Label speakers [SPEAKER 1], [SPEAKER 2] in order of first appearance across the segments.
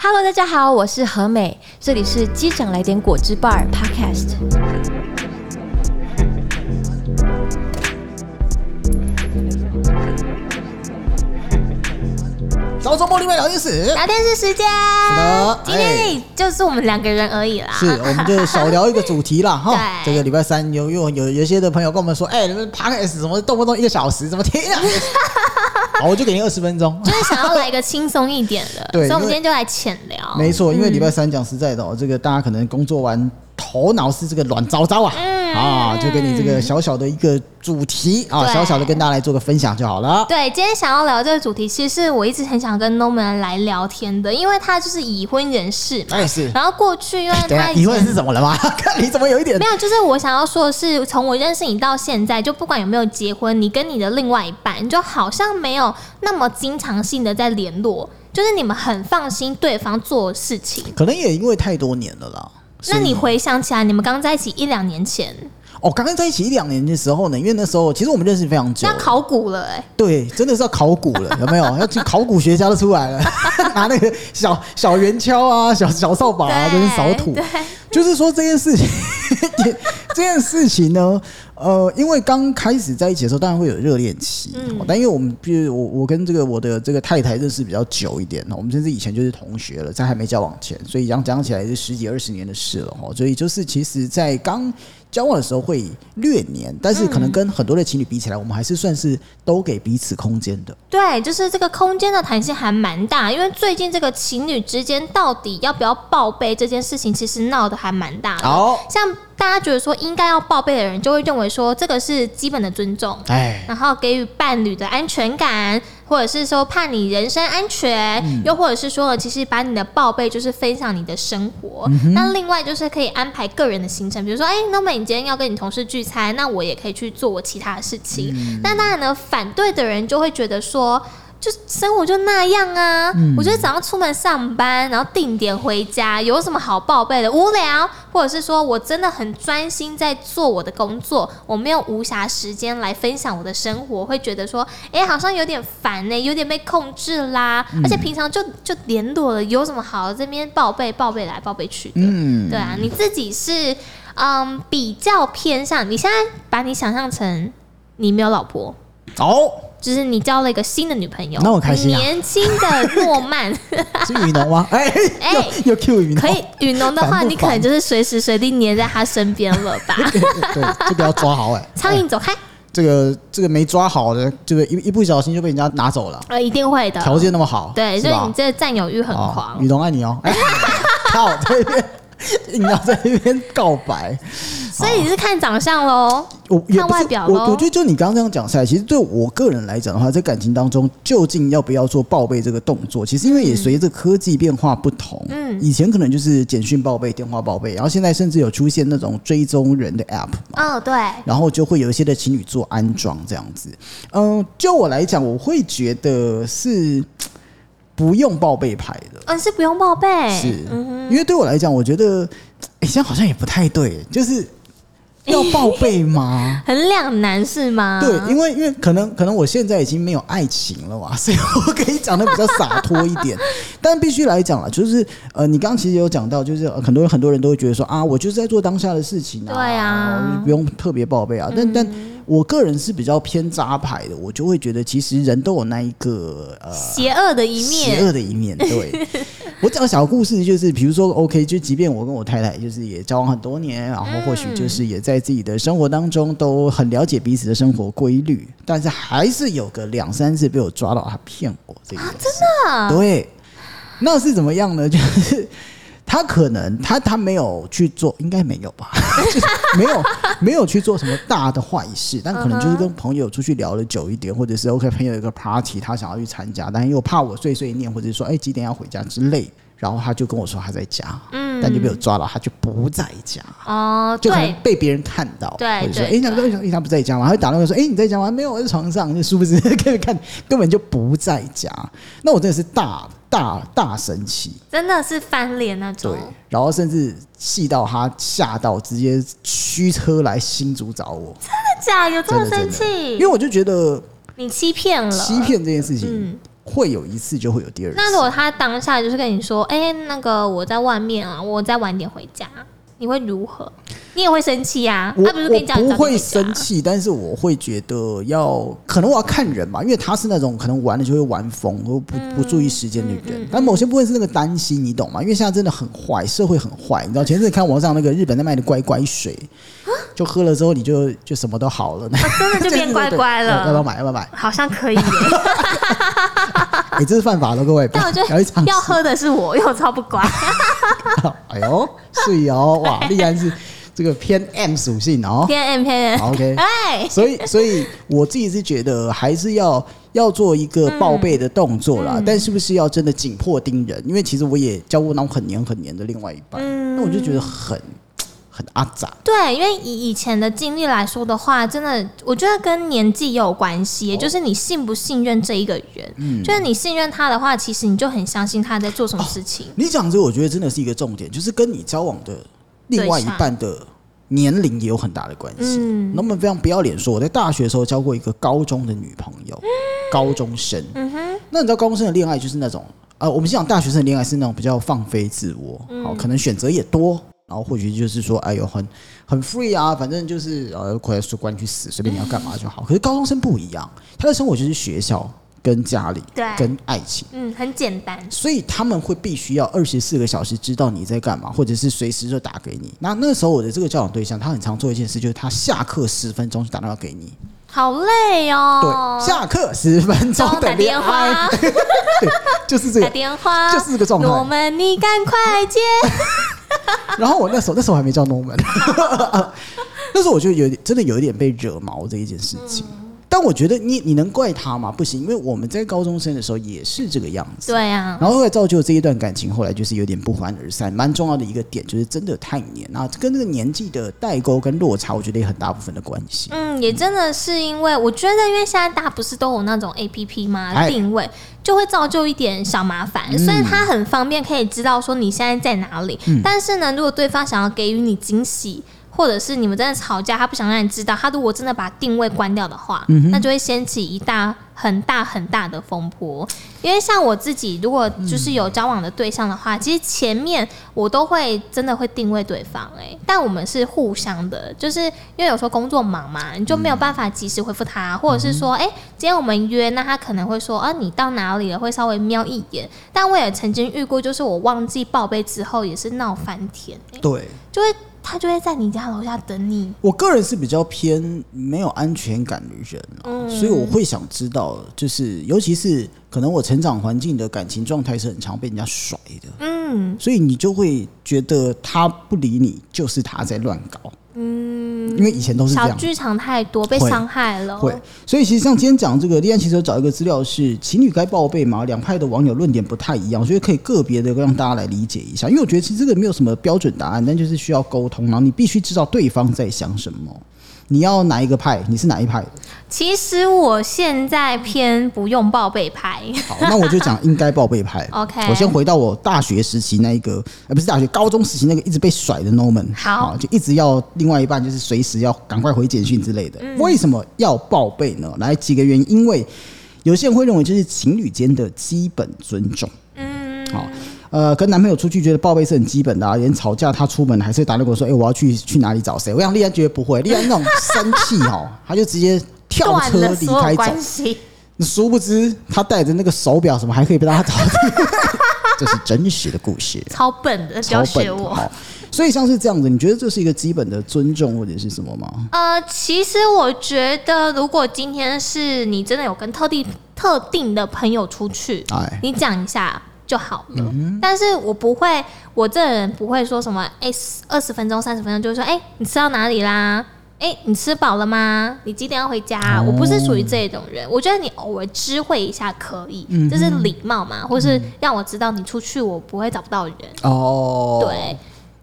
[SPEAKER 1] Hello，大家好，我是何美，这里是机长来点果汁 Bar Podcast。
[SPEAKER 2] 小周末另外聊天室。
[SPEAKER 3] 聊天室时间。
[SPEAKER 2] 好的，
[SPEAKER 3] 今天就是我们两个人而已啦。
[SPEAKER 2] 是，我们就少聊一个主题 啦，哈。
[SPEAKER 3] 对
[SPEAKER 2] 这个礼拜三有有有有一些的朋友跟我们说，哎、你们 podcast 怎么动不动一个小时，怎么听啊？ 好，我就给你二十分钟。
[SPEAKER 3] 就是想要来一个轻松一点的，所
[SPEAKER 2] 哎 对
[SPEAKER 3] 以我们
[SPEAKER 2] 因为
[SPEAKER 3] 今天就来浅聊。
[SPEAKER 2] 没错，因为礼拜三讲实在的哦，这个大家可能工作完头脑是这个乱糟糟啊，啊，就给你这个小小的一个主题啊，
[SPEAKER 3] 对
[SPEAKER 2] 小小的跟大家来做个分享就好了。
[SPEAKER 3] 对，今天想要聊这个主题，其实是我一直很想跟 Norman 来聊天的，因为他就是已婚人士嘛。
[SPEAKER 2] 那也哎是。
[SPEAKER 3] 然后过去因为
[SPEAKER 2] 哎等一
[SPEAKER 3] 他
[SPEAKER 2] 下，
[SPEAKER 3] 以
[SPEAKER 2] 疑问
[SPEAKER 3] 前
[SPEAKER 2] 是怎么了吗？ 看你怎么有一点
[SPEAKER 3] 没有，就是我想要说的是，从我认识你到现在，就不管有没有结婚，你跟你的另外一半，就好像没有那么经常性的在联络，就是你们很放心对方做事情。
[SPEAKER 2] 可能也因为太多年了啦。
[SPEAKER 3] 那
[SPEAKER 2] 所以
[SPEAKER 3] 你回想起来，你们刚在一起一两年前，
[SPEAKER 2] 哦，刚刚在一起一两年的时候呢，因为那时候其实我们认识非常久
[SPEAKER 3] 那，考古了哎、
[SPEAKER 2] 对，真的是要考古了， 有没有？要去考古学家都出来了，拿那个小小圆锹啊、小小扫把啊，
[SPEAKER 3] 对
[SPEAKER 2] 就是扫土
[SPEAKER 3] 对。
[SPEAKER 2] 就是说这件事情， 这件事情呢，呃，因为刚开始在一起的时候，当然会有热恋期，
[SPEAKER 3] 嗯
[SPEAKER 2] 哦但因为我们，比如我我跟这个我的这个太太认识比较久一点，哦我们甚至以前就是同学了，在还没交往前，所以讲讲起来是十几二十年的事了哈。哦所以就是其实，在刚交往的时候会略黏，但是可
[SPEAKER 3] 嗯
[SPEAKER 2] 能跟很多的情侣比起来，我们还是算是都给彼此空间的。
[SPEAKER 3] 对，就是这个空间的弹性还蛮大，因为最近这个情侣之间到底要不要报备这件事情，其实闹得还蛮大的。
[SPEAKER 2] 好
[SPEAKER 3] 像大家觉得说应该要报备的人，就会认为说这个是基本的尊重，
[SPEAKER 2] 哎，
[SPEAKER 3] 然后给予伴侣的安全感，或者是说怕你人身安全，又或者是说其实把你的报备就是分享你的生活。那另外就是可以安排个人的行程，比如说，哎、那么你今天要跟你同事聚餐，那我也可以去做我其他的事情。那当然呢，反对的人就会觉得说。就是生活就那样啊，我觉得早上出门上班，然后定点回家，有什么好报备的？无聊，或者是说我真的很专心在做我的工作，我没有无暇时间来分享我的生活，会觉得说，哎、好像有点烦呢、有点被控制啦。而且平常就就联络了，有什么好这边报备报备来报备去的？
[SPEAKER 2] 嗯，
[SPEAKER 3] 对啊，你自己是嗯比较偏向，你现在把你想象成你没有老婆，
[SPEAKER 2] 哦，
[SPEAKER 3] 就是你交了一个新的女朋友，
[SPEAKER 2] 那我开心啊
[SPEAKER 3] 年轻的诺 曼，
[SPEAKER 2] 是雨农吗？哎，
[SPEAKER 3] 哎
[SPEAKER 2] 又又 Q 雨农，
[SPEAKER 3] 可以雨农的
[SPEAKER 2] 烦
[SPEAKER 3] 话，
[SPEAKER 2] 不
[SPEAKER 3] 你可能
[SPEAKER 2] 烦
[SPEAKER 3] 就是随时随地黏在他身边了 吧？
[SPEAKER 2] 对，这个要抓好哎。
[SPEAKER 3] 苍蝇走开，
[SPEAKER 2] 这个这个没抓好的，就是一一不小心就被人家拿走了。
[SPEAKER 3] 呃，一定会的。
[SPEAKER 2] 条件那么好，
[SPEAKER 3] 对，
[SPEAKER 2] 是
[SPEAKER 3] 所以你
[SPEAKER 2] 吧？
[SPEAKER 3] 这占有欲很
[SPEAKER 2] 哦，
[SPEAKER 3] 狂
[SPEAKER 2] 雨，彤爱你 哦，哎靠，在那边你要在那边告白，
[SPEAKER 3] 所以你是看长相喽？
[SPEAKER 2] 我也
[SPEAKER 3] 看
[SPEAKER 2] 不
[SPEAKER 3] 外
[SPEAKER 2] 是
[SPEAKER 3] 表
[SPEAKER 2] 我
[SPEAKER 3] 咯
[SPEAKER 2] 我觉得就你刚刚这样讲下来，其实对我个人来讲的话，在感情当中，究竟要不要做报备这个动作，其实因为也随着科技变化不同，
[SPEAKER 3] 嗯
[SPEAKER 2] 以前可能就是简讯报备、电话报备，然后现在甚至有出现那种追踪人的 app 嘛。
[SPEAKER 3] 嗯，对，
[SPEAKER 2] 然后就会有一些的情侣做安装这样子。嗯，就我来讲，我会觉得是不用报备牌的，
[SPEAKER 3] 嗯，是不用报备，
[SPEAKER 2] 是，因为对我来讲，我觉得哎、这样好像也不太对，就是要报 备吗？
[SPEAKER 3] 很两难是吗？
[SPEAKER 2] 对，因为因为可能可能我现在已经没有爱情了啊 嘛，所以我可以讲的比较洒脱一点。但必须来讲了，就是呃，你刚刚其实有讲到，就是、呃很多人很多人都会觉得说啊，我就是在做当下的事情啊，
[SPEAKER 3] 对啊
[SPEAKER 2] 我就不用特别报备啊。但但我个人是比较偏渣牌的，我就会觉得其实人都有那一个呃
[SPEAKER 3] 邪恶的一
[SPEAKER 2] 邪
[SPEAKER 3] 面，
[SPEAKER 2] 恶的一面。 对我讲小故事，就是比如说，OK，就即便我跟我太太就是也交往很多年，然后或许就是也在自己的生活当中都很了解彼此的生活规律，但是还是有个两三次被我抓到他骗我这个、啊，真的对，那是怎么样呢？ 就是。他可能他他没有去做，应该没有吧， 就是没有没有去做什么大的坏事，但可能就是跟朋友出去聊的久一点，或者是 OK 朋友有个 party，他想要去参加，但又怕我碎碎念，或者是说哎、几点要回家之类，然后他就跟我说他在家，
[SPEAKER 3] 嗯
[SPEAKER 2] 但就被我抓到，他就不在家。
[SPEAKER 3] 哦，
[SPEAKER 2] 就可能
[SPEAKER 3] 对，
[SPEAKER 2] 被别人看到，
[SPEAKER 3] 对
[SPEAKER 2] 或者说，哎、
[SPEAKER 3] 对
[SPEAKER 2] 那为什么他不在家嘛？他会打电话说，哎、你在家吗？没有，我在床上。就是不知 根本看根本就不在家。那我真的是大大大神奇，
[SPEAKER 3] 真的是翻脸那
[SPEAKER 2] 对
[SPEAKER 3] 种，，
[SPEAKER 2] 然后甚至气到他吓到，直接驱车来新竹找我，
[SPEAKER 3] 真的假的？有这么
[SPEAKER 2] 真的
[SPEAKER 3] 生
[SPEAKER 2] 真的因
[SPEAKER 3] 气
[SPEAKER 2] 为？我就觉得
[SPEAKER 3] 你欺骗了，
[SPEAKER 2] 欺骗这件事情，
[SPEAKER 3] 嗯
[SPEAKER 2] 会有一次就会有第二次。
[SPEAKER 3] 那如果他当下就是跟你说，哎、那个我在外面啊，我再晚点回家，你会如何？你也会生气啊？
[SPEAKER 2] 我
[SPEAKER 3] 他不是跟你讲，啊
[SPEAKER 2] 我
[SPEAKER 3] 你
[SPEAKER 2] 不
[SPEAKER 3] 早点
[SPEAKER 2] 会
[SPEAKER 3] 回家
[SPEAKER 2] 生气，但是我会觉得要可能我要看人嘛，因为他是那种可能玩了就会玩疯，或不不注意时间的
[SPEAKER 3] 嗯
[SPEAKER 2] 人。但某些部分是那个担心，你懂吗？因为现在真的很坏，社会很坏。你知道前阵子看网上那个日本在卖的乖乖水，就喝了之后你就就什么都好了，
[SPEAKER 3] 哦真啊的就变乖乖
[SPEAKER 2] 要不要
[SPEAKER 3] 了，
[SPEAKER 2] 买？要不要买？
[SPEAKER 3] 好像可 以耶。
[SPEAKER 2] 哎、这是犯法的，各位。不
[SPEAKER 3] 但我觉
[SPEAKER 2] 不要去尝
[SPEAKER 3] 得
[SPEAKER 2] 试
[SPEAKER 3] 要喝的是我，因为我超不乖。
[SPEAKER 2] 哎呦，是哦， 哇，依然是这个偏 M 属性哦。
[SPEAKER 3] 偏 M 偏 M，
[SPEAKER 2] 好 OK，
[SPEAKER 3] 哎，
[SPEAKER 2] 所以，所以我自己是觉得还是要要做一个报备的动作
[SPEAKER 3] 嗯
[SPEAKER 2] 啦，但是不是要真的紧迫盯人？因为其实我也教过那种很黏很黏的另外一半，
[SPEAKER 3] 嗯
[SPEAKER 2] 那我就觉得很很阿杂。
[SPEAKER 3] 对，因为以以前的经历来说的话，真的，我觉得跟年纪也有关系，
[SPEAKER 2] 哦
[SPEAKER 3] 也就是你信不信任这一个人。
[SPEAKER 2] 嗯
[SPEAKER 3] 就是你信任他的话，其实你就很相信他在做什
[SPEAKER 2] 哦
[SPEAKER 3] 么事情。
[SPEAKER 2] 你讲这，我觉得真的是一个重点，就是跟你交往的另外一半的年龄也有很大的关系。
[SPEAKER 3] 嗯
[SPEAKER 2] 那么非常不要脸说，我在大学的时候交过一个高中的女朋友，
[SPEAKER 3] 嗯
[SPEAKER 2] 高中生。那你知道高中生的恋爱就是那种，呃，我们先讲大学生的恋爱是那种比较放飞自我，
[SPEAKER 3] 嗯
[SPEAKER 2] 好，可能选择也多。然后或许就是说，哎呦，很很 free 啊，反正就是呃，快说关你去死，随便你要干嘛就好。可是高中生不一样，他的生活就是学校跟家里，
[SPEAKER 3] 对
[SPEAKER 2] 跟爱情。
[SPEAKER 3] 嗯，很简单。
[SPEAKER 2] 所以他们会必须要二十四个小时知道你在干嘛，或者是随时就打给你。那那个时候我的这个交往对象，他很常做一件事，就是他下课十分钟就打电话给你。
[SPEAKER 3] 好累哦。
[SPEAKER 2] 对，下课十分钟
[SPEAKER 3] 帮我打
[SPEAKER 2] 的
[SPEAKER 3] 电
[SPEAKER 2] 恋爱
[SPEAKER 3] 话，，
[SPEAKER 2] 就是这
[SPEAKER 3] 打
[SPEAKER 2] 个。
[SPEAKER 3] 电话，
[SPEAKER 2] 就是这个哦状态
[SPEAKER 3] 我们你赶快 接。
[SPEAKER 2] 然后我那时候那时候还没叫 Norman，那时候我就有点真的有一点被惹毛这一件事情。
[SPEAKER 3] 嗯
[SPEAKER 2] 但我觉得你你能怪他吗？不行，因为我们在高中生的时候也是这个样子。
[SPEAKER 3] 对啊，
[SPEAKER 2] 然后后来造就这一段感情，后来就是有点不欢而散。蛮重要的一个点就是真的太黏啊，跟这个年纪的代沟跟落差，我觉得也很大部分的关系。
[SPEAKER 3] 嗯，也真的是因为我觉得，因为现在大家不是都有那种 A P P 吗？
[SPEAKER 2] 哎嗯
[SPEAKER 3] 定位就会造就一点小麻烦。虽然它很方便，可以知道说你现在在哪里，但是呢，如果对方想要给予你惊喜。或者是你们真的吵架，他不想让你知道，他如果真的把定位关掉的话，
[SPEAKER 2] 嗯
[SPEAKER 3] 那就会掀起一大很大很大的风波。因为像我自己，如果就是有交往的对象的
[SPEAKER 2] 嗯
[SPEAKER 3] 话，其实前面我都会真的会定位对方、欸，但我们是互相的，就是因为有时候工作忙嘛，你就没有办法及时回复他，或者是说，
[SPEAKER 2] 嗯
[SPEAKER 3] 哎、今天我们约，那他可能会说，啊，你到哪里了？会稍微瞄一眼。但我也曾经遇过，就是我忘记报备之后，也是闹翻天、欸
[SPEAKER 2] 对
[SPEAKER 3] 就会他就会在你家楼下等你，
[SPEAKER 2] 我个人是比较偏没有安全感的人、啊
[SPEAKER 3] 嗯
[SPEAKER 2] 所以我会想知道，就是尤其是可能我成长环境的感情状态是很常被人家甩的，
[SPEAKER 3] 嗯，
[SPEAKER 2] 所以你就会觉得他不理你就是他在乱搞。嗯，因为以前都是这
[SPEAKER 3] 小
[SPEAKER 2] 样。
[SPEAKER 3] 剧场太多，被
[SPEAKER 2] 会
[SPEAKER 3] 伤害了，
[SPEAKER 2] 会，所以其实像今天讲这个立案其实有找一个资料是情侣该报备嘛，两派的网友论点不太一样，我觉得可以个别的让大家来理解一下，因为我觉得其实这个没有什么标准答案，但就是需要沟通，然后你必须知道对方在想什么。你要哪一个派？你是哪一派的？
[SPEAKER 3] 其实我现在偏不用报备牌，
[SPEAKER 2] 好，那我就讲应该报备派。
[SPEAKER 3] OK
[SPEAKER 2] 我先回到我大学时期那一个，呃，不是大学，高中时期那个一直被甩的 Norman。
[SPEAKER 3] 好
[SPEAKER 2] 就一直要另外一半就是随时要赶快回简讯之类的。
[SPEAKER 3] 嗯
[SPEAKER 2] 为什么要报备呢？来几个原因，因为有些人会认为这是情侣间的基本尊重。嗯，好。呃，跟男朋友出去觉得报备是很基本的、啊，连吵架他出门还是会打电话说，哎、我要去去哪里找谁？我想丽安绝对不会，丽安那种生气哦， 他就直接跳
[SPEAKER 3] 断
[SPEAKER 2] 车
[SPEAKER 3] 了
[SPEAKER 2] 离
[SPEAKER 3] 所有
[SPEAKER 2] 开走
[SPEAKER 3] 关。系。
[SPEAKER 2] 殊不知他戴着那个手表什么，还可以被大家找到。 这是真实的故事，
[SPEAKER 3] 超笨的，不
[SPEAKER 2] 超
[SPEAKER 3] 要
[SPEAKER 2] 笨
[SPEAKER 3] 学
[SPEAKER 2] 的
[SPEAKER 3] 我。
[SPEAKER 2] 哦。所以像是这样子，你觉得这是一个基本的尊重或者是什么吗？
[SPEAKER 3] 呃，其实我觉得，如果今天是你真的有跟特定特定的朋友出去，
[SPEAKER 2] 哎嗯
[SPEAKER 3] 你讲一下就好了。但是我不会，我这人不会说什么，哎、二十分钟、三十分钟就会说，哎、你吃到哪里啦？哎、你吃饱了吗？你几点要回家、
[SPEAKER 2] 哦
[SPEAKER 3] 我不是属于这种人，我觉得你偶尔知会一下可以，
[SPEAKER 2] 嗯
[SPEAKER 3] 这是礼貌嘛，或是让我知道你出去，我不会找不到人。
[SPEAKER 2] 哦，
[SPEAKER 3] 对。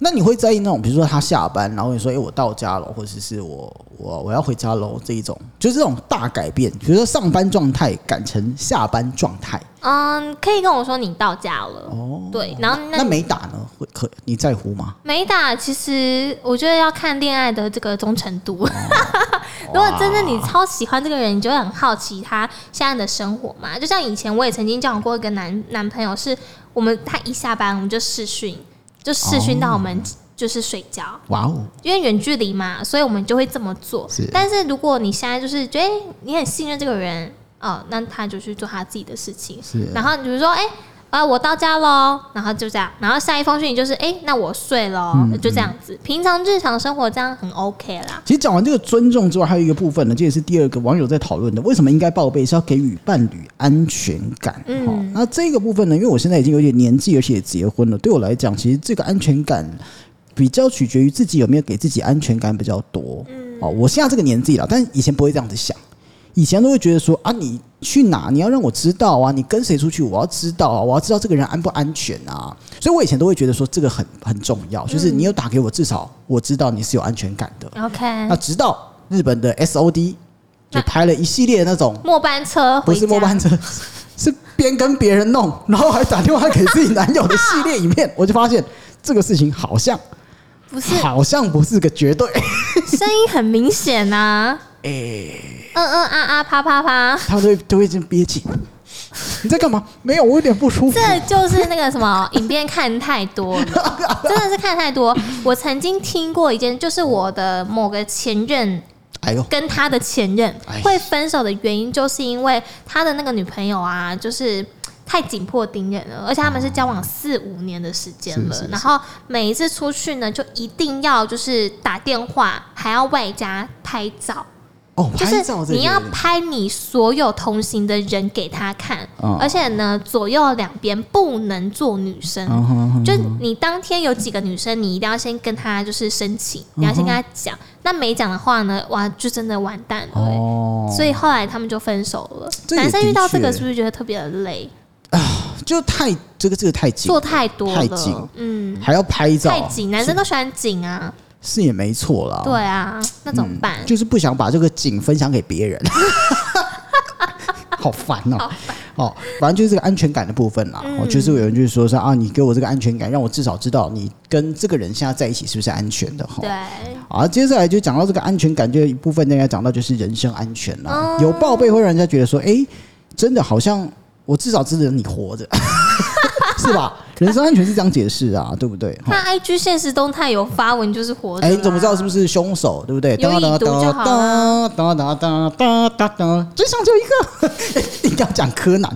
[SPEAKER 2] 那你会在意那种，比如说他下班，然后你说“哎、我到家了”，或者是我我我要回家喽这一种，就是这种大改变，比如说上班状态改成下班状态，
[SPEAKER 3] 嗯，可以跟我说你到家了，对，然后那
[SPEAKER 2] 那没打呢？会可你在乎吗？
[SPEAKER 3] 哦没打，其实我觉得要看恋爱的这个忠诚度， 如果真的你超喜欢这个人，你就会很好奇他现在的生活嘛。就像以前我也曾经交往过一个男男朋友，是我们他一下班我们就视讯，就视讯到我们就是睡觉。
[SPEAKER 2] 哇哦，
[SPEAKER 3] 因为远距离嘛，所以我们就会这么做
[SPEAKER 2] 是。
[SPEAKER 3] 但是如果你现在就是觉得、哎你很信任这个人，哦，那他就去做他自己的事情。
[SPEAKER 2] 是
[SPEAKER 3] 然后你比如说，哎、啊，我到家喽，然后就这样，然后下一封讯就是，哎、那我睡喽，
[SPEAKER 2] 嗯
[SPEAKER 3] 就这样子。平常日常生活这样很 OK 啦。
[SPEAKER 2] 其实讲完这个尊重之外，还有一个部分呢，这也是第二个网友在讨论的，为什么应该报备是要给予伴侣安全感？
[SPEAKER 3] 嗯
[SPEAKER 2] 哦，那这个部分呢，因为我现在已经有点年纪，而且也结婚了，对我来讲，其实这个安全感比较取决于自己有没有给自己安全感比较多。哦，我现在这个年纪了，但以前不会这样子想。以前都会觉得说啊，你去哪你要让我知道啊，你跟谁出去我要知道啊，我要知道这个人安不安全啊。所以我以前都会觉得说这个很很重要，就是你有打给我，至少我知道你是有安全感的。
[SPEAKER 3] OK，
[SPEAKER 2] 那直到日本的 SOD 就拍了一系列那种
[SPEAKER 3] 末班车
[SPEAKER 2] 不
[SPEAKER 3] 回
[SPEAKER 2] 是
[SPEAKER 3] 家，
[SPEAKER 2] 末班车， 是边跟别人弄，然后还打电话给自己男友的系列影片， 我就发现这个事情好像
[SPEAKER 3] 不是
[SPEAKER 2] 好像不是个绝对。
[SPEAKER 3] 声音很明显呐、哎，嗯嗯啊啊啪啪啪，
[SPEAKER 2] 他就会就会这样憋气， 你在干嘛？没有，我有点不舒服。
[SPEAKER 3] 这就是那个什么影片看太多 了，真的是看太多。我曾经听过一件，就是我的某个前任
[SPEAKER 2] 哎呦，
[SPEAKER 3] 跟他的前任
[SPEAKER 2] 哎
[SPEAKER 3] 会分手的原因，就是因为他的那个女朋友啊，就是。太紧迫盯人了，而且他们是交往四五年的时间了
[SPEAKER 2] 是是，是
[SPEAKER 3] 然后每一次出去呢，就一定要就是打电话，还要外加拍照，
[SPEAKER 2] 哦，
[SPEAKER 3] 就
[SPEAKER 2] 拍照
[SPEAKER 3] 是
[SPEAKER 2] 这个
[SPEAKER 3] 你要
[SPEAKER 2] 有点
[SPEAKER 3] 拍你所有同行的人给他看，
[SPEAKER 2] 嗯
[SPEAKER 3] 而且呢，左右两边不能做女生。
[SPEAKER 2] 嗯哼嗯哼
[SPEAKER 3] 就你当天有几个女生，你一定要先跟她就是申请，
[SPEAKER 2] 嗯
[SPEAKER 3] 你要先跟她讲。那没讲的话呢，哇，就真的完蛋了欸、
[SPEAKER 2] 哦，
[SPEAKER 3] 所以后来他们就分手了。
[SPEAKER 2] 这也
[SPEAKER 3] 男生遇到这
[SPEAKER 2] 的
[SPEAKER 3] 个
[SPEAKER 2] 确
[SPEAKER 3] 是不是觉得特别的累？
[SPEAKER 2] 就太这个这个太紧
[SPEAKER 3] 做，太多
[SPEAKER 2] 太紧
[SPEAKER 3] 了，嗯，
[SPEAKER 2] 还要拍照，啊
[SPEAKER 3] 太紧，男生都喜欢紧啊，
[SPEAKER 2] 是也没错啦。
[SPEAKER 3] 对啊，那怎么办？
[SPEAKER 2] 哦嗯就是不想把这个景分享给别人， 好烦嗯哦、哦，反正就是这个安全感的部分啦。我、就是有人就是说说啊，你给我这个安全感，让我至少知道你跟这个人现在在一起是不是安全的哈。
[SPEAKER 3] 对，
[SPEAKER 2] 啊，接下来就讲到这个安全感，就有一部分大家讲到就是人身安全啦。有报备会让人家觉得说，哎、真的好像我至少知道你活着， 是吧？人身安全是这样解释啊，对不对？齁
[SPEAKER 3] 那 IG 现实动态有发文就是活着
[SPEAKER 2] 哎、
[SPEAKER 3] 啦，
[SPEAKER 2] 你怎么知道是不是凶手？对不对？
[SPEAKER 3] 有已读就好啊了
[SPEAKER 2] 哒哒哒哒哒哒，真相只有一个。 你刚讲柯南，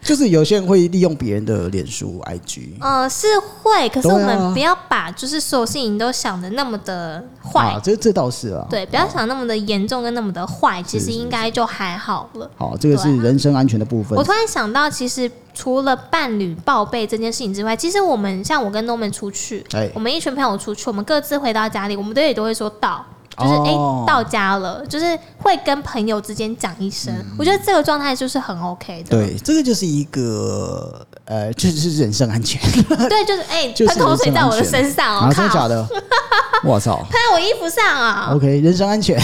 [SPEAKER 2] 就是有些人会利用别人的脸书、IG。
[SPEAKER 3] 呃，是会，可是我
[SPEAKER 2] 对啊
[SPEAKER 3] 们不要把就是所有事情都想的那么的坏，
[SPEAKER 2] 啊，这这倒是啊。
[SPEAKER 3] 对，不要想那么的严重跟那么的坏，其实应该就还好了。
[SPEAKER 2] 好，这个是
[SPEAKER 3] 对啊
[SPEAKER 2] 人身安全的部分
[SPEAKER 3] 我。突然想到，其实除了伴侣报备这件事情之外，其实我们像我跟 Norman 出去，
[SPEAKER 2] 哎
[SPEAKER 3] 我们一群朋友出去，我们各自回到家里，我们都也都会说到，就是哎、
[SPEAKER 2] 哦
[SPEAKER 3] 到家了，就是会跟朋友之间讲一声。我觉得这个状态就是很 OK 的，
[SPEAKER 2] 嗯对，这个就是一个呃，就是人身安全。
[SPEAKER 3] 对，就是哎，
[SPEAKER 2] 就是
[SPEAKER 3] 喷口水在我的
[SPEAKER 2] 人身安
[SPEAKER 3] 身上哦，
[SPEAKER 2] 啊，真的假
[SPEAKER 3] 靠，
[SPEAKER 2] 的？我操
[SPEAKER 3] 喷在我衣服上啊、
[SPEAKER 2] ！OK，人身 安全。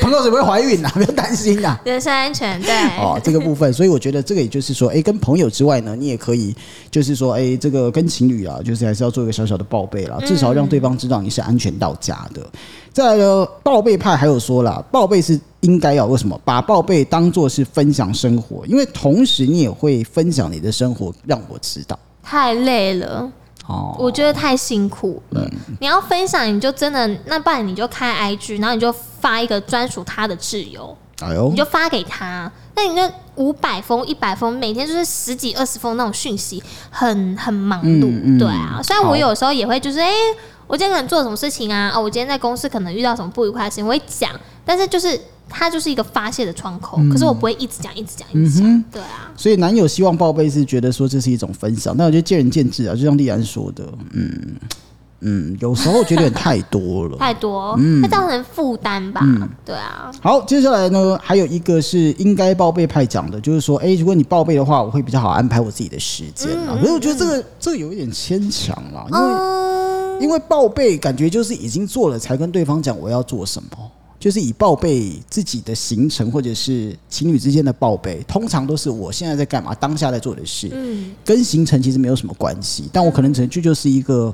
[SPEAKER 2] 朋友只会怀孕啊， 不用担心啊。
[SPEAKER 3] 人身安全，对，
[SPEAKER 2] 哦，这个部分，所以我觉得这个也就是说，哎，跟朋友之外呢，你也可以就是说，哎，这个跟情侣啊，就是还是要做一个小小的报备啦，至少让对方知道你是安全到家的。再来呢，报备派还有说啦，报备是应该要为什么？把报备当做是分享生活，因为同时你也会分享你的生活，让我知道。
[SPEAKER 3] 太累了，
[SPEAKER 2] 哦，嗯
[SPEAKER 3] 我觉得太辛苦了。你要分享，你就真的，那不然你就开 IG，然后你就发一个专属他的挚友，
[SPEAKER 2] 哎呦
[SPEAKER 3] 你，就发给他。那你那五百封、一百封，每天就是十几、二十封那种讯息，很很忙碌，
[SPEAKER 2] 嗯嗯
[SPEAKER 3] 对啊。虽然
[SPEAKER 2] 好
[SPEAKER 3] 我有时候也会就是，哎、我今天可能做什么事情啊？哦，我今天在公司可能遇到什么不愉快的事情，我会讲，但是就是它就是一个发泄的窗口，
[SPEAKER 2] 嗯
[SPEAKER 3] 可是我不会一直讲、一直讲、一直讲，对啊。
[SPEAKER 2] 所以男友希望报备是觉得说这是一种分享，但我觉得见仁见智啊，就像丽安说的，嗯嗯，有时候觉得有点太多 嗯了。
[SPEAKER 3] 太多，会造成负担吧？对啊，
[SPEAKER 2] 好，接下来呢，还有一个是应该报备派讲的，就是说，哎、如果你报备的话，我会比较好安排我自己的时间啊。可是我觉得这个这个有一点牵强啦，因为、
[SPEAKER 3] 嗯，
[SPEAKER 2] 因为报备感觉就是已经做了才跟对方讲我要做什么，就是以报备自己的行程或者是情侣之间的报备，通常都是我现在在干嘛，当下在做的事，跟行程其实没有什么关系，但我可能程序就是一个。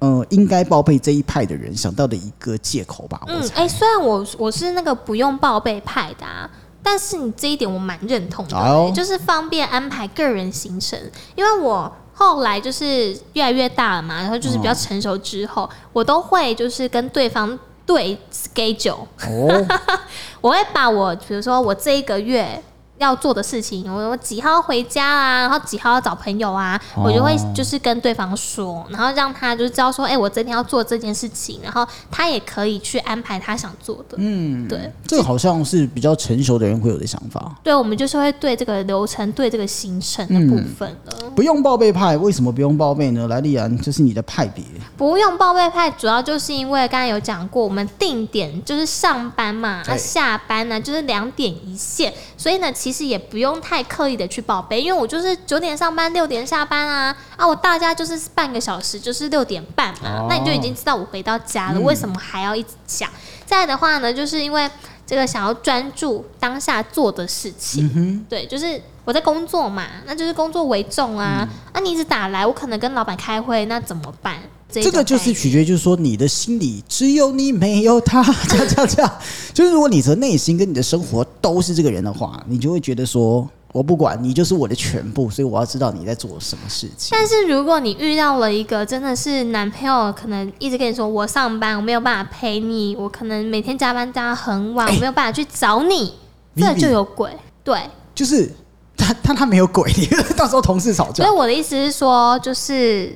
[SPEAKER 2] 呃应该报备这一派的人想到的一个借口吧。我
[SPEAKER 3] 嗯，
[SPEAKER 2] 猜
[SPEAKER 3] 哎、虽然我我是那个不用报备派的、啊，但是你这一点我蛮认同的、
[SPEAKER 2] 哎呦
[SPEAKER 3] 就是方便安排个人行程。因为我后来就是越来越大了嘛，然后就是
[SPEAKER 2] 嗯
[SPEAKER 3] 比较成熟之后，我都会就是跟对方对 schedule，
[SPEAKER 2] 哦，
[SPEAKER 3] 我会把我比如说我这一个月。要做的事情，我几号回家啊，然后几号要找朋友啊，
[SPEAKER 2] 哦
[SPEAKER 3] 我就会就是跟对方说，然后让他就是知道说，哎、我这天要做这件事情，然后他也可以去安排他想做的。嗯，对，
[SPEAKER 2] 这个好像是比较成熟的人会有的想法。
[SPEAKER 3] 对，我们就是会对这个流程、对这个行程的部分了。
[SPEAKER 2] 不用报备派，为什么不用报备呢？莱利安，这是你的派别。
[SPEAKER 3] 不用报备派，主要就是因为刚才有讲过，我们定点就是上班嘛，
[SPEAKER 2] 对
[SPEAKER 3] 啊、下班呢、就是两点一线，所以呢，其实也不用太刻意的去报备，因为我就是九点上班，六点下班啊，啊，我大家就是半个小时，就是六点半嘛，
[SPEAKER 2] 哦
[SPEAKER 3] 那你就已经知道我回到家了，为什么还要一直讲？再来的话呢，就是因为这个想要专注当下做的事
[SPEAKER 2] 嗯
[SPEAKER 3] 情，对，就是我在工作嘛，那就是工作为重啊。
[SPEAKER 2] 嗯
[SPEAKER 3] 那、你一直打来，我可能跟老板开会，那怎么办？这一
[SPEAKER 2] 这
[SPEAKER 3] 种
[SPEAKER 2] 个就是
[SPEAKER 3] 概
[SPEAKER 2] 取决，就是说你的心里只有你没有他， 这样这样这样。就是如果你的内心跟你的生活都是这个人的话，你就会觉得说，我不管你就是我的全部，所以我要知道你在做什么事 情。
[SPEAKER 3] 但是如果你遇到了一个真的是男朋友，可能一直跟你说我上班，我没有办法陪你，我可能每天加班加到很
[SPEAKER 2] 哎
[SPEAKER 3] 晚，我没有办法去找你，这
[SPEAKER 2] Vivi
[SPEAKER 3] 就有鬼。对，
[SPEAKER 2] 就是 他他他没有鬼，你 到时候同事吵
[SPEAKER 3] 所
[SPEAKER 2] 架
[SPEAKER 3] 以，我的意思是说，就是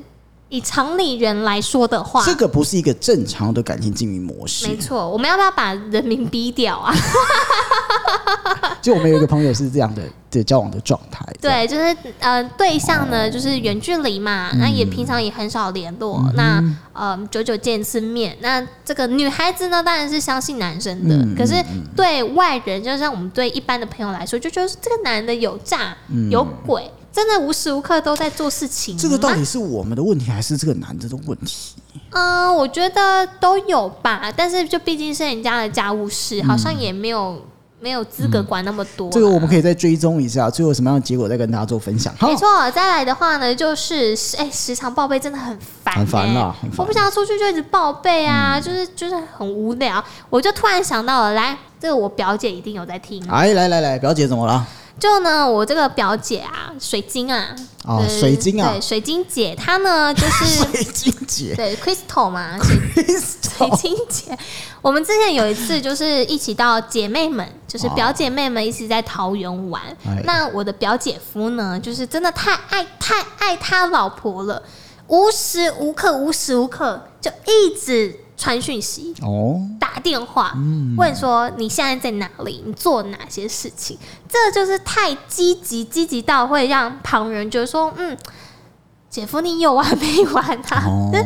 [SPEAKER 3] 以常理人来说的话，
[SPEAKER 2] 这个不是一个正常的感情经营模式
[SPEAKER 3] 没。错，我们要不要把人民逼掉啊？
[SPEAKER 2] 就我们有一个朋友是这样的的交往的状态。这样
[SPEAKER 3] 对，就是呃，对象呢就是远距离嘛，那
[SPEAKER 2] 嗯
[SPEAKER 3] 也平常也很少联络，那呃久久见一次面。那这个女孩子呢，当然是相信男生的，
[SPEAKER 2] 嗯
[SPEAKER 3] 可是对外人，就像我们对一般的朋友来说，就觉得这个男的有诈、有鬼，真的无时无刻都在做事情吗。
[SPEAKER 2] 嗯这个到底是我们的问题，还是这个男的的问题？
[SPEAKER 3] 嗯，我觉得都有吧，但是就毕竟是人家的家务事，好像也没有没有资格管那么多啦。
[SPEAKER 2] 嗯这个我们可以再追踪一下，最后什么样的结果再跟大家做分享。好
[SPEAKER 3] 没，错，再来的话呢，就是哎、时常报备真的很烦、欸，
[SPEAKER 2] 很烦啦很烦嗯
[SPEAKER 3] 我不想要出去就一直报备啊，就是就是很无聊。我就突然想到了，来，这个我表姐一定有在听。
[SPEAKER 2] 哎，来来来，表姐怎 么了？
[SPEAKER 3] 就呢，我这个表姐啊，水晶啊，
[SPEAKER 2] 哦
[SPEAKER 3] 对
[SPEAKER 2] 水晶啊
[SPEAKER 3] 对，水晶姐，她呢就是
[SPEAKER 2] 水晶姐
[SPEAKER 3] 对 Crystal 嘛， 水水晶姐，我们之前有一次就是一起到姐妹们，就是表姐妹们一起在桃园玩。
[SPEAKER 2] 哎
[SPEAKER 3] 那我的表姐夫呢，就是真的太爱太爱他老婆了，无时无刻无时无刻就一直传讯息。
[SPEAKER 2] 哦，
[SPEAKER 3] 打电话
[SPEAKER 2] 嗯
[SPEAKER 3] 问说你现在在哪里，你做哪些事情，这就是太积极，积极到会让旁人觉得说，嗯，姐夫你有完没完啊？
[SPEAKER 2] 哦
[SPEAKER 3] 就是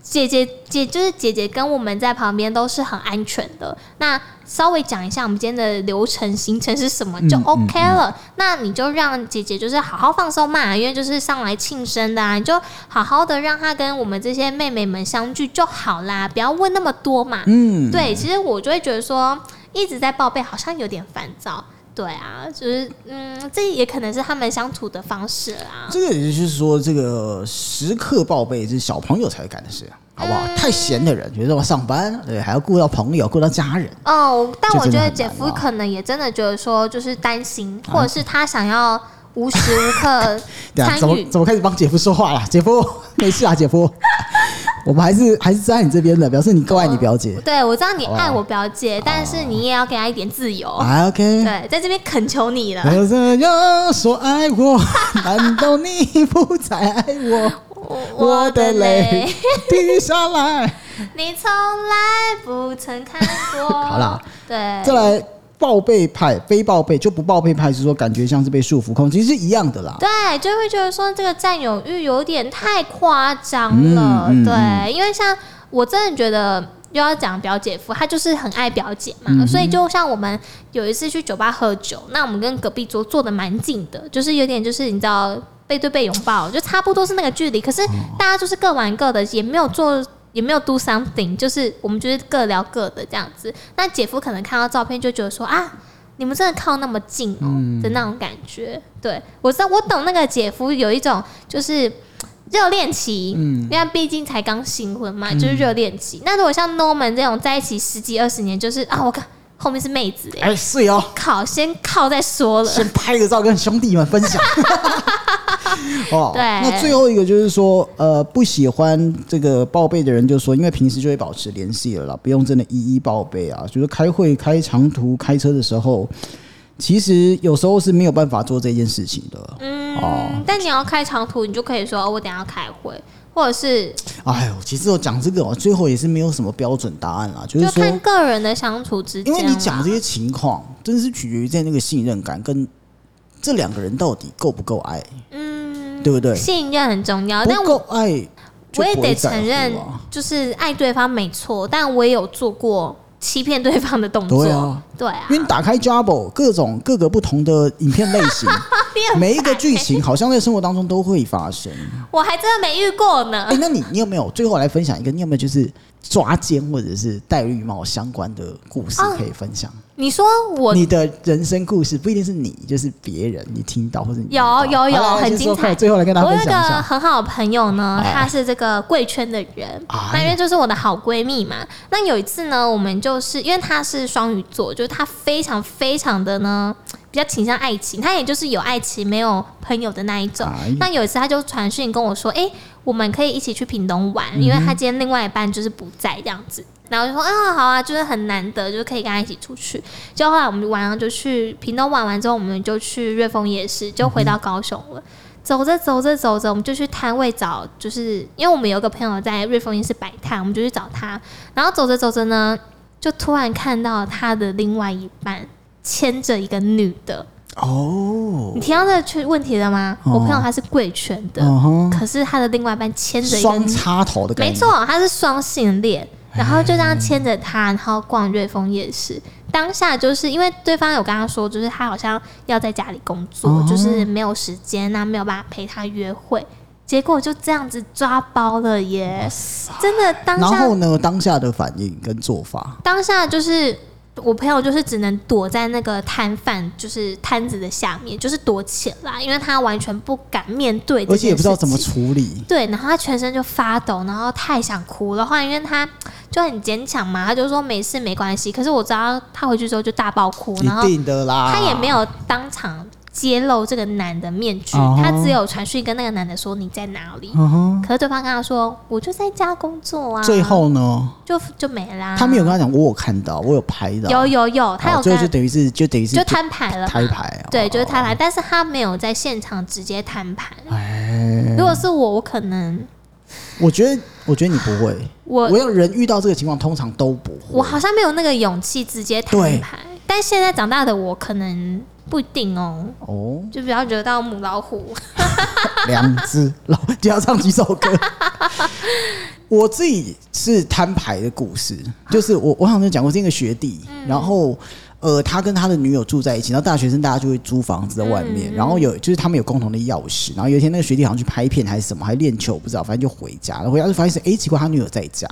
[SPEAKER 3] 姐姐姐就是姐姐跟我们在旁边都是很安全的。那稍微讲一下我们今天的流程行程是什么就
[SPEAKER 2] 嗯
[SPEAKER 3] OK 了。那你就让姐姐就是好好放松嘛，因为就是上来庆生的啊，你就好好的让她跟我们这些妹妹们相聚就好啦，不要问那么多嘛。
[SPEAKER 2] 嗯，
[SPEAKER 3] 对，其实我就会觉得说一直在报备好像有点烦躁。对啊，就是嗯，这也可能是他们相处的方式啦。
[SPEAKER 2] 这个也就是说，这个时刻报备是小朋友才会干的事，好不好？
[SPEAKER 3] 嗯
[SPEAKER 2] 太闲的人，比如说我上班，对，还要顾到朋友，顾到家人，
[SPEAKER 3] 哦，但
[SPEAKER 2] 这
[SPEAKER 3] 我
[SPEAKER 2] 真
[SPEAKER 3] 觉得
[SPEAKER 2] 的很
[SPEAKER 3] 姐
[SPEAKER 2] 难啊
[SPEAKER 3] 夫
[SPEAKER 2] 啦
[SPEAKER 3] 可能也真的觉得说，就是担心，或者是他想要无时无 刻
[SPEAKER 2] 对啊，
[SPEAKER 3] 参
[SPEAKER 2] 怎么
[SPEAKER 3] 与。
[SPEAKER 2] 怎么开始帮姐夫说话了？姐夫 没事啊，姐夫， 我们还是还是站在你这边的，表示你够爱你表姐。
[SPEAKER 3] 对，我知道你爱我表姐，但是你也要给她一点自由。
[SPEAKER 2] 啊，OK，
[SPEAKER 3] 对，在这边恳求你 了。
[SPEAKER 2] 我这样说爱我，难道你不再爱我？ 我的泪滴下 来。
[SPEAKER 3] 你从来不曾看过。
[SPEAKER 2] 好啦，
[SPEAKER 3] 对，
[SPEAKER 2] 再来报备派，非报备就不报备派，是说感觉像是被束缚控制，其实是一样的啦。
[SPEAKER 3] 对，就会觉得说这个占有欲有点太夸张了。
[SPEAKER 2] 嗯嗯
[SPEAKER 3] 对，因为像我真的觉得。又要讲表姐夫，他就是很爱表姐
[SPEAKER 2] 嗯
[SPEAKER 3] 嘛，所以就像我们有一次去酒吧喝酒，那我们跟隔壁桌坐的蛮近的，就是有点就是你知道背对背拥抱，就差不多是那个距离，可
[SPEAKER 2] 哦
[SPEAKER 3] 是大家就是各玩各的，也没有做也没有 do something，就是我们就是各聊各的这样子。那姐夫可能看到照片就觉得说啊，你们真的靠那么近
[SPEAKER 2] 嗯
[SPEAKER 3] 哦、的那种感觉。对我知道，我懂那个姐夫有一种就是热恋期，
[SPEAKER 2] 嗯
[SPEAKER 3] 因为毕竟才刚新婚嘛，就是热恋期。那如果像 Norman 这种在一起十几二十年，就是啊，我靠，后面是妹子哎、
[SPEAKER 2] 哎，是哦，
[SPEAKER 3] 靠，先靠再说了。
[SPEAKER 2] 先拍个照跟兄弟们 分享。哦，
[SPEAKER 3] 对
[SPEAKER 2] 那最后一个就是说，呃，不喜欢这个报备的人就说，因为平时就会保持联系了啦，不用真的一一报备啊。就是开会、开长途、开车的时候，其实有时候是没有办法做这件事情的。哦
[SPEAKER 3] 嗯，但你要开长途，你就可以说、哦、我等一下要开会，或者是
[SPEAKER 2] 哎呦，其实我讲这个哦，最后也是没有什么标准答案啦，就是
[SPEAKER 3] 就
[SPEAKER 2] 说，
[SPEAKER 3] 看个人的相处之
[SPEAKER 2] 因
[SPEAKER 3] 间啦。啊
[SPEAKER 2] 为你讲这些情况，真是取决于在那个信任感跟这两个人到底够不够爱，
[SPEAKER 3] 嗯，
[SPEAKER 2] 对不对？
[SPEAKER 3] 信任很重要，但
[SPEAKER 2] 不
[SPEAKER 3] 啊我
[SPEAKER 2] 够爱就
[SPEAKER 3] 我也
[SPEAKER 2] 不
[SPEAKER 3] 得
[SPEAKER 2] 会在乎啊，
[SPEAKER 3] 承认，就是爱对方没错，但我也有做过欺骗对方的动作。
[SPEAKER 2] 对啊，
[SPEAKER 3] 对啊，
[SPEAKER 2] 因为你打开 Jabo 各种各个不同的影片类 型，每一个剧情好像在生活当中都会发生。
[SPEAKER 3] 我还真的没遇过呢
[SPEAKER 2] 哎、。那你你有没有最后来分享一个？你有没有就是抓奸或者是戴绿帽相关的故事可以分享？
[SPEAKER 3] 你说啊我
[SPEAKER 2] 你的人生故事不一定是你，就是别人你听到或者你
[SPEAKER 3] 有
[SPEAKER 2] 遇到
[SPEAKER 3] 有有
[SPEAKER 2] 好来来
[SPEAKER 3] 很
[SPEAKER 2] 先
[SPEAKER 3] 精
[SPEAKER 2] 说
[SPEAKER 3] 彩
[SPEAKER 2] 快最后来跟大家
[SPEAKER 3] 我
[SPEAKER 2] 分
[SPEAKER 3] 有一
[SPEAKER 2] 享
[SPEAKER 3] 个
[SPEAKER 2] 一下。
[SPEAKER 3] 很好的朋友呢，
[SPEAKER 2] 哎
[SPEAKER 3] 她是这个贵圈的人，
[SPEAKER 2] 哎
[SPEAKER 3] 那因为就是我的好闺蜜嘛。那有一次呢，我们就是因为她是双鱼座，就是她非常非常的呢比较倾向爱情，她也就是有爱情没有朋友的那一种
[SPEAKER 2] 哎。
[SPEAKER 3] 那有一次她就传讯跟我说，哎、我们可以一起去屏东玩，因为她今天另外一半就是不在这样子。然后我就说啊，好啊，就是很难得，就是可以跟她一起出去。就后来我们晚上就去屏东玩完之后，我们就去瑞丰夜市，就回到高雄了。走着走着走着，我们就去摊位找，就是因为我们有个朋友在瑞丰夜市摆摊，我们就去找他。然后走着走着呢，就突然看到他的另外一半牵着一个女的。
[SPEAKER 2] 哦，
[SPEAKER 3] 你听到这个去问题了吗？
[SPEAKER 2] 哦
[SPEAKER 3] 我朋友他是贵圈的，
[SPEAKER 2] 嗯哼
[SPEAKER 3] 可是他的另外一半牵着一个
[SPEAKER 2] 双
[SPEAKER 3] 女，
[SPEAKER 2] 插头的感觉，哎
[SPEAKER 3] 没错，他是双性恋，然后就这样牵着他，然后逛瑞丰夜市。当下就是因为对方有跟他说，就是他好像要在家里工作，
[SPEAKER 2] 哦
[SPEAKER 3] 就是没有时间，那没有办法陪他约会。结果就这样子抓包了耶！真的当
[SPEAKER 2] 然
[SPEAKER 3] 下
[SPEAKER 2] 后呢，当下的反应跟做法，
[SPEAKER 3] 当下就是我朋友就是只能躲在那个摊贩，就是摊子的下面，就是躲起来，因为他完全不敢面对，
[SPEAKER 2] 而且也不知道怎么。处理。
[SPEAKER 3] 对，然后他全身就发抖，然后太想哭了。后来因为他就很坚强嘛，他就说没事没关系。可是我知道他回去之后就大爆哭，然后
[SPEAKER 2] 一定啊的啦，
[SPEAKER 3] 他也没有当场揭露这个男的面具，
[SPEAKER 2] 哦
[SPEAKER 3] 他只有传讯跟那个男的说你在哪里。
[SPEAKER 2] 嗯哼。
[SPEAKER 3] 可是对方跟他说我就在家工作啊，
[SPEAKER 2] 最后呢，
[SPEAKER 3] 就就没啦。
[SPEAKER 2] 他没有跟他讲，我有看到，我有拍到，
[SPEAKER 3] 有有有，他有
[SPEAKER 2] 哦最
[SPEAKER 3] 跟
[SPEAKER 2] 后就等于是就等于是
[SPEAKER 3] 就摊牌了嘛，
[SPEAKER 2] 摊牌哦，
[SPEAKER 3] 对，就是摊牌，但是他没有在现场直接摊牌。
[SPEAKER 2] 哎，
[SPEAKER 3] 如果是我，我可能
[SPEAKER 2] 我觉得我觉得你不会，
[SPEAKER 3] 我
[SPEAKER 2] 我要人遇到这个情况，通常都不会。
[SPEAKER 3] 我好像没有那个勇气直接摊
[SPEAKER 2] 对
[SPEAKER 3] 牌，但现在长大的我可能不一定哦，
[SPEAKER 2] 哦，
[SPEAKER 3] 就不要惹到母老虎。
[SPEAKER 2] 两只老加上几首歌。我自己是摊牌的故事，就是我我好像讲过，是一个学弟，然后呃，他跟他的女友住在一起，然后大学生大家就会租房子在外面，然后有就是他们有共同的钥匙，然后有一天那个学弟好像去拍片还是什么，还练球不知道，反正就回家了，回家就发现是哎、奇怪，他女友在家，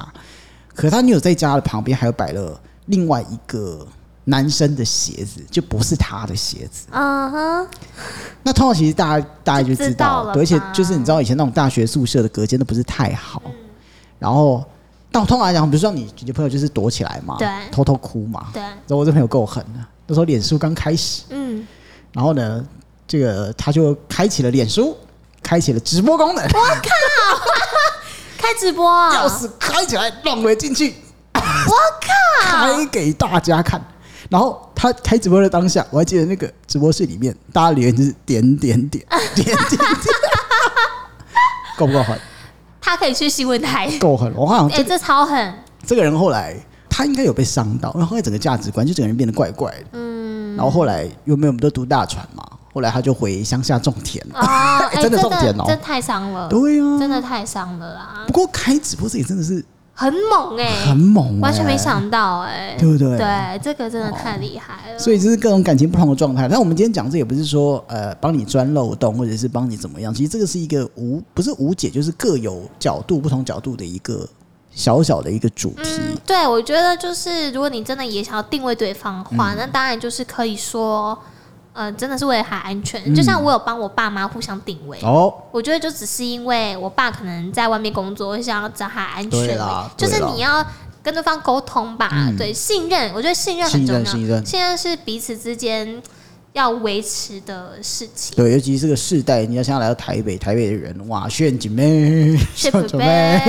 [SPEAKER 2] 可是他女友在家的旁边还有摆了另外一个男生的鞋子，就不是他的鞋子。
[SPEAKER 3] 嗯哼，
[SPEAKER 2] 那通常其实大家大家就
[SPEAKER 3] 就
[SPEAKER 2] 知
[SPEAKER 3] 知道
[SPEAKER 2] 道
[SPEAKER 3] 了
[SPEAKER 2] 了，对而且
[SPEAKER 3] 吧
[SPEAKER 2] 就是你知道以前那种大学宿舍的隔间都不是太好，
[SPEAKER 3] 嗯
[SPEAKER 2] 然后但通常来讲，比如说你你朋友就是躲起来嘛，
[SPEAKER 3] 对
[SPEAKER 2] 偷偷哭嘛。
[SPEAKER 3] 对，
[SPEAKER 2] 然后我这朋友够狠的，那时候脸书刚开始，
[SPEAKER 3] 嗯，
[SPEAKER 2] 然后呢，这个他就开启了脸书，开启了直播功能，
[SPEAKER 3] 开直播啊，
[SPEAKER 2] 钥匙开起来，让我进去，
[SPEAKER 3] 我靠，
[SPEAKER 2] 开给大家看。然后他开直播的当下，我还记得那个直播室里面，大家留言就是点点 点点点点，够不够狠？
[SPEAKER 3] 他可以去新闻台，
[SPEAKER 2] 够狠！我好像
[SPEAKER 3] 哎、
[SPEAKER 2] 哦这个、
[SPEAKER 3] 这超 狠，
[SPEAKER 2] 这个人后来他应该有被伤到，然后后来整个价值观就整个人变得怪怪的。嗯，然后后来因为我们都读大传嘛，后来他就回乡下种田了。
[SPEAKER 3] 哦， 哎、
[SPEAKER 2] 真的
[SPEAKER 3] 真
[SPEAKER 2] 中箭
[SPEAKER 3] 的
[SPEAKER 2] 哦
[SPEAKER 3] 真太伤了，
[SPEAKER 2] 对啊，
[SPEAKER 3] 真的太伤了啦
[SPEAKER 2] 不，过开直播这里真的是
[SPEAKER 3] 很猛哎、
[SPEAKER 2] 很猛、欸，
[SPEAKER 3] 完全没。想到哎、
[SPEAKER 2] 对不对
[SPEAKER 3] 对，这个真的太厉害了。
[SPEAKER 2] 所以就是各种感情不同的状态。但我们今天讲这也不是说呃帮你钻漏洞，或者是帮你怎么样。其实这个是一个无不是无解，就是各有角度不同角度的一个小小的一个主题。
[SPEAKER 3] 嗯，对，
[SPEAKER 2] 嗯
[SPEAKER 3] 我觉得就是如果你真的也想要定位对方的话，那当然就是可以说，呃，真的是为了他安全。就像我有帮我爸妈互相定位，
[SPEAKER 2] 嗯哦，
[SPEAKER 3] 我觉得就只是因为我爸可能在外面工作，我想要找他安全
[SPEAKER 2] 对
[SPEAKER 3] 位
[SPEAKER 2] 啦，
[SPEAKER 3] 就是
[SPEAKER 2] 对啦
[SPEAKER 3] 你要跟对方沟通吧，
[SPEAKER 2] 嗯
[SPEAKER 3] 对，信任，我觉得信任很
[SPEAKER 2] 信
[SPEAKER 3] 重要，
[SPEAKER 2] 任信任
[SPEAKER 3] 是彼此之间要维持的事 情。
[SPEAKER 2] 对，尤其是这个世代，你要想要来到台北，台北的人哇，炫姐妹，
[SPEAKER 3] 是
[SPEAKER 2] 炫
[SPEAKER 3] 准
[SPEAKER 2] 姐妹，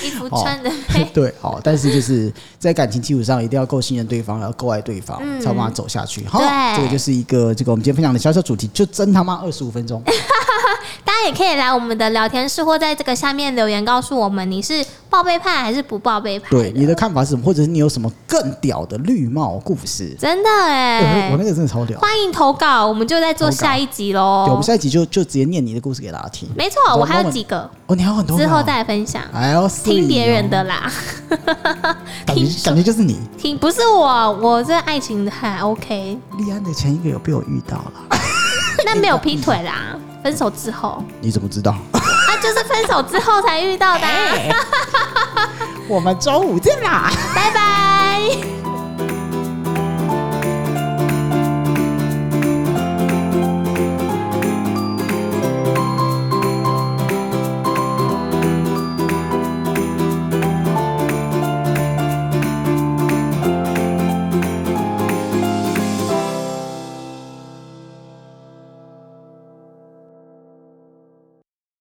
[SPEAKER 3] 备衣服
[SPEAKER 2] 哦
[SPEAKER 3] 穿的配，
[SPEAKER 2] 对，好，但是就是在感情基础上，一定要够信任对方，然后够爱对方，
[SPEAKER 3] 嗯
[SPEAKER 2] 才有办法走下去。好
[SPEAKER 3] 对，
[SPEAKER 2] 这个就是一个这个我们今天分享的小小主题，就真他妈二十五分钟。
[SPEAKER 3] 大家也可以来我们的聊天室或在这个下面留言告诉我们，你是报备派还是不报备派？
[SPEAKER 2] 对，你的看法是什么？或者是你有什么更屌的绿帽故事？
[SPEAKER 3] 真的哎、
[SPEAKER 2] 对嗯我那个真的超屌。
[SPEAKER 3] 欢迎投稿，我们就在做
[SPEAKER 2] 投稿
[SPEAKER 3] 下一集
[SPEAKER 2] 对，我
[SPEAKER 3] 喽
[SPEAKER 2] 们。下一集就就直接念你的故事给大家听。
[SPEAKER 3] 没错，我还有几个，
[SPEAKER 2] 哦，你还有很多
[SPEAKER 3] 之
[SPEAKER 2] 吗
[SPEAKER 3] 后再来分享。
[SPEAKER 2] 哎呦，是
[SPEAKER 3] 听别人
[SPEAKER 2] 哦，
[SPEAKER 3] 的啦，
[SPEAKER 2] 感觉
[SPEAKER 3] 听说
[SPEAKER 2] 感觉就是你。
[SPEAKER 3] 听不是我，我这爱情还 OK，
[SPEAKER 2] 立安的前一个有被我遇到了，
[SPEAKER 3] 那没有劈腿啦，分手之后，
[SPEAKER 2] 你怎么知道？
[SPEAKER 3] 啊，
[SPEAKER 2] 哎
[SPEAKER 3] 就是分手之后才遇到的啊、
[SPEAKER 2] 我们周五见啦。
[SPEAKER 3] 拜拜。